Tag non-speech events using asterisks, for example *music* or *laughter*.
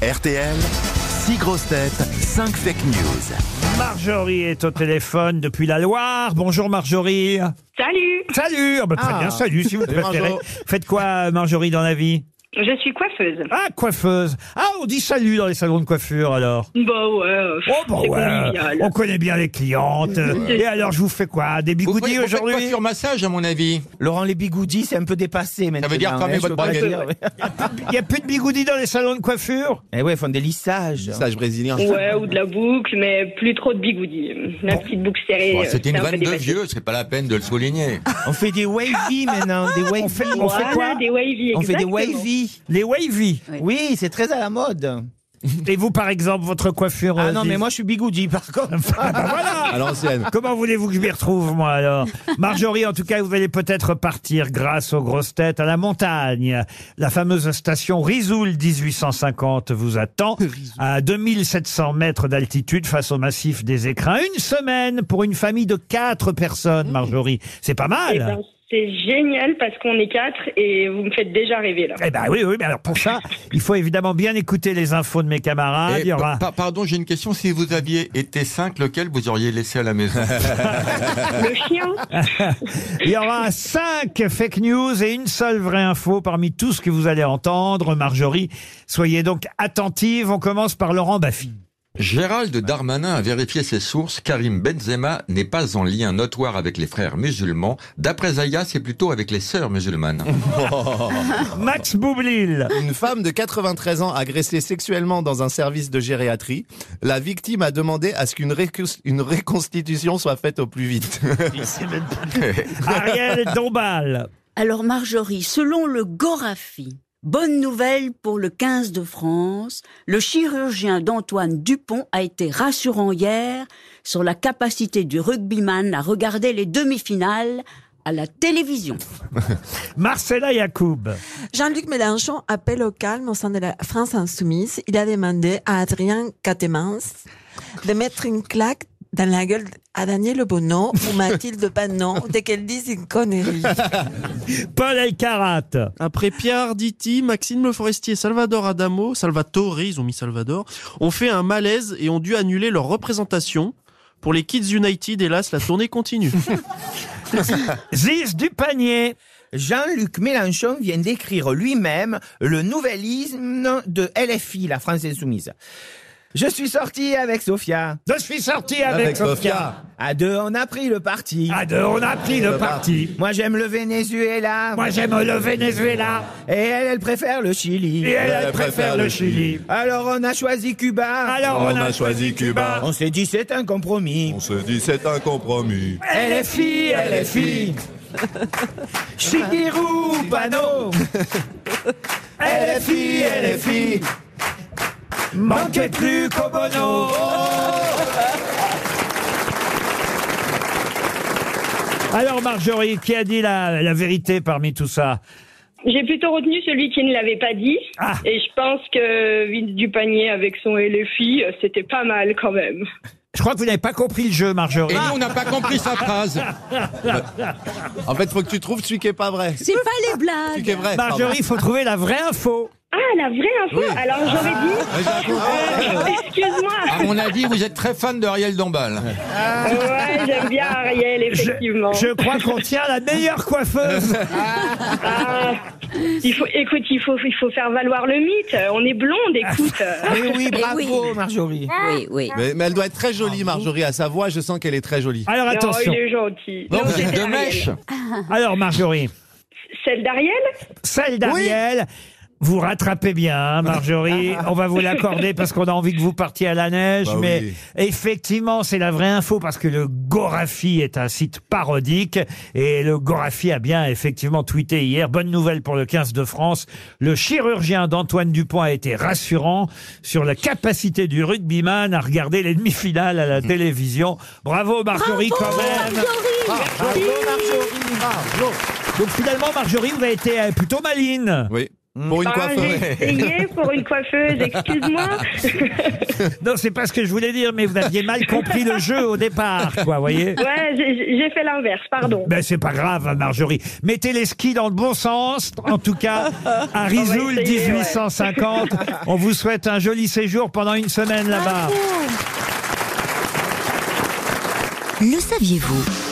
RTL, 6 grosses têtes, 5 fake news. Marjorie est au téléphone depuis la Loire. Bonjour Marjorie. Salut, Salut Ah bah Très Ah. bien, salut si vous Salut, préférez. Marjo. Faites quoi Marjorie dans la vie je suis coiffeuse. Ah, coiffeuse. Ah, on dit salut dans les salons de coiffure alors. Bah ouais, euh, Oh bah ouais, c'est convivial. on connaît bien les clientes. Et alors je vous fais quoi Des Vous bigoudis faites- vous faites aujourd'hui coiffure massage, à mon avis. Laurent, les bigoudis, c'est un peu dépassé maintenant. veut dire fermer hein, votre je peux pas braguette. dire, ouais. Il n'y a plus de bigoudis dans les salons de coiffure Eh ouais, ils font des lissages. Massage brésilien. Ouais, ou de la boucle, mais plus trop de bigoudis. La petite boucle serrée. Bon, euh, C'était une un peu vanne de dépassé. vieux, c'est pas la peine de le souligner. On fait des wavy maintenant, des wavy. on fait Voilà, quoi des wavy, On fait des exactement. wavy. Les wavy. Oui, c'est très à la mode. Et vous par exemple, votre coiffure Ah euh, non, dit- mais moi je suis bigoudi par *laughs* contre. Ah bah voilà À l'ancienne. Comment voulez-vous que je m'y retrouve, moi, alors Marjorie, en tout cas, vous allez peut-être partir grâce aux grosses têtes à la montagne. La fameuse station Risoul 1850 vous *laughs* attend à 2700 mètres d'altitude face au massif des Écrins. Une semaine pour une famille de quatre personnes, Marjorie. C'est pas Eh mal. ben, C'est génial parce qu'on est quatre et vous me faites déjà rêver là. Eh ben oui, oui, mais alors pour ça, il faut évidemment bien écouter les infos de mes camarades. Et il y aura... pa- pardon, j'ai une question. Si vous aviez été cinq, lequel vous auriez laissé à la *laughs* maison Le chien, Il y aura cinq fake news et une seule vraie info parmi tout ce que vous allez entendre, Marjorie. Soyez donc attentive. On commence par Laurent Baffy. Gérald Darmanin a vérifié ses sources. Karim Benzema n'est pas en lien notoire avec les frères musulmans. D'après Zaya, c'est plutôt avec les sœurs musulmanes. Max Boublil. Une femme de 93 ans agressée sexuellement dans un service de gériatrie. La victime a demandé à ce qu'une récus- une reconstitution soit faite au plus vite. *laughs* Ariel Dombal. Alors Marjorie, selon le Gorafi, bonne nouvelle pour le 15 de France, le chirurgien d'Antoine Dupont a été rassurant hier sur la capacité du rugbyman à regarder les demi-finales à la télévision. Marcella Yacoub. Jean-Luc Mélenchon appelle au calme au sein de la France insoumise. Il a demandé à Adrien Catemans de mettre une claque dans la gueule à Daniel Bono ou Mathilde Panon dès qu'elle dise une connerie. Paul Elkarat. Après Pierre Arditi, Maxime Le Forestier, Salvador Adamo, Salvatore, ils ont mis Salvador, ont fait un malaise et ont dû annuler leur représentation. Pour les Kids United, hélas, la tournée continue. Ziz Dupanier. Jean-Luc Mélenchon vient d'écrire lui-même le nouvel hymne de LFI, la France Insoumise. Je suis sorti avec Sofia. Je suis sorti avec, Avec Sofia. À deux, on a pris le parti. À deux, on a pris le parti. Moi, j'aime le Venezuela. Moi, j'aime le Venezuela. Et elle, elle préfère le Chili. Et elle, elle préfère le Chili. Alors, on a choisi Cuba. Alors, on, a choisi Cuba. On s'est dit, c'est un compromis. *laughs* On se dit c'est un compromis. Elle est fille, elle est fille. Shigeru *laughs* Bano. Elle est fille, elle est LFI. Manquez plus Kobono Alors Marjorie, qui a dit la, la vérité parmi tout ça j'ai plutôt retenu celui qui ne l'avait pas dit. Ah. Et je pense que Vince du panier avec son LFI, c'était pas mal quand même. Je crois que vous n'avez pas compris le jeu, Marjorie. Et nous, on n'a pas compris sa *laughs* phrase. En fait, faut que tu trouves celui qui est pas vrai. C'est pas les Celui qui est blagues. vrai. pardon. Marjorie, il faut trouver la vraie info. Ah, la vraie info Alors j'aurais Ouais, j'ai un coup. dit, *laughs* excuse-moi. À mon avis, vous êtes très fan de Ariel Dombal. Ouais, j'aime bien Ariel, Je, effectivement. je crois qu'on tient la meilleure coiffeuse. Ah, il faut, écoute, il faut, il faut faire valoir le mythe. On est blonde, Ah, écoute. Mais Eh oui, bravo, oui. Marjorie. Oui, oui. Mais, mais elle doit être très jolie, Ah. Marjorie. À sa voix, je sens qu'elle est très jolie. Alors attention. Non, il est gentil. Non, Non, vous êtes c'était de Ariel. mèche. Alors Marjorie, Celle d'Ariel celle d'Ariel. Vous rattrapez bien, hein, Marjorie. On va vous l'accorder parce qu'on a envie que vous partiez à la neige. Bah mais oui. effectivement, c'est la vraie info parce que le Gorafi est un site parodique. Et le Gorafi a bien effectivement tweeté hier. Bonne nouvelle pour le 15 de France. Le chirurgien d'Antoine Dupont a été rassurant sur la capacité du rugbyman à regarder les demi-finales à la télévision. Bravo, Marjorie, quand même. Ah, Bravo, Marjorie. Bravo. Donc finalement, Marjorie, vous avez été euh, plutôt maline. Oui. Pour une Ah, coiffeuse. J'ai essayé pour une coiffeuse, *laughs* excuse-moi. Non, c'est pas ce que je voulais dire, mais vous aviez mal compris le jeu au départ, quoi, vous voyez Ouais, j'ai j'ai fait l'inverse, pardon. Ben, c'est pas grave, Marjorie. Mettez les skis dans le bon sens. En tout cas, à Risoul essayer, ouais. 1850. On vous souhaite un joli séjour pendant une semaine là-bas. Le saviez-vous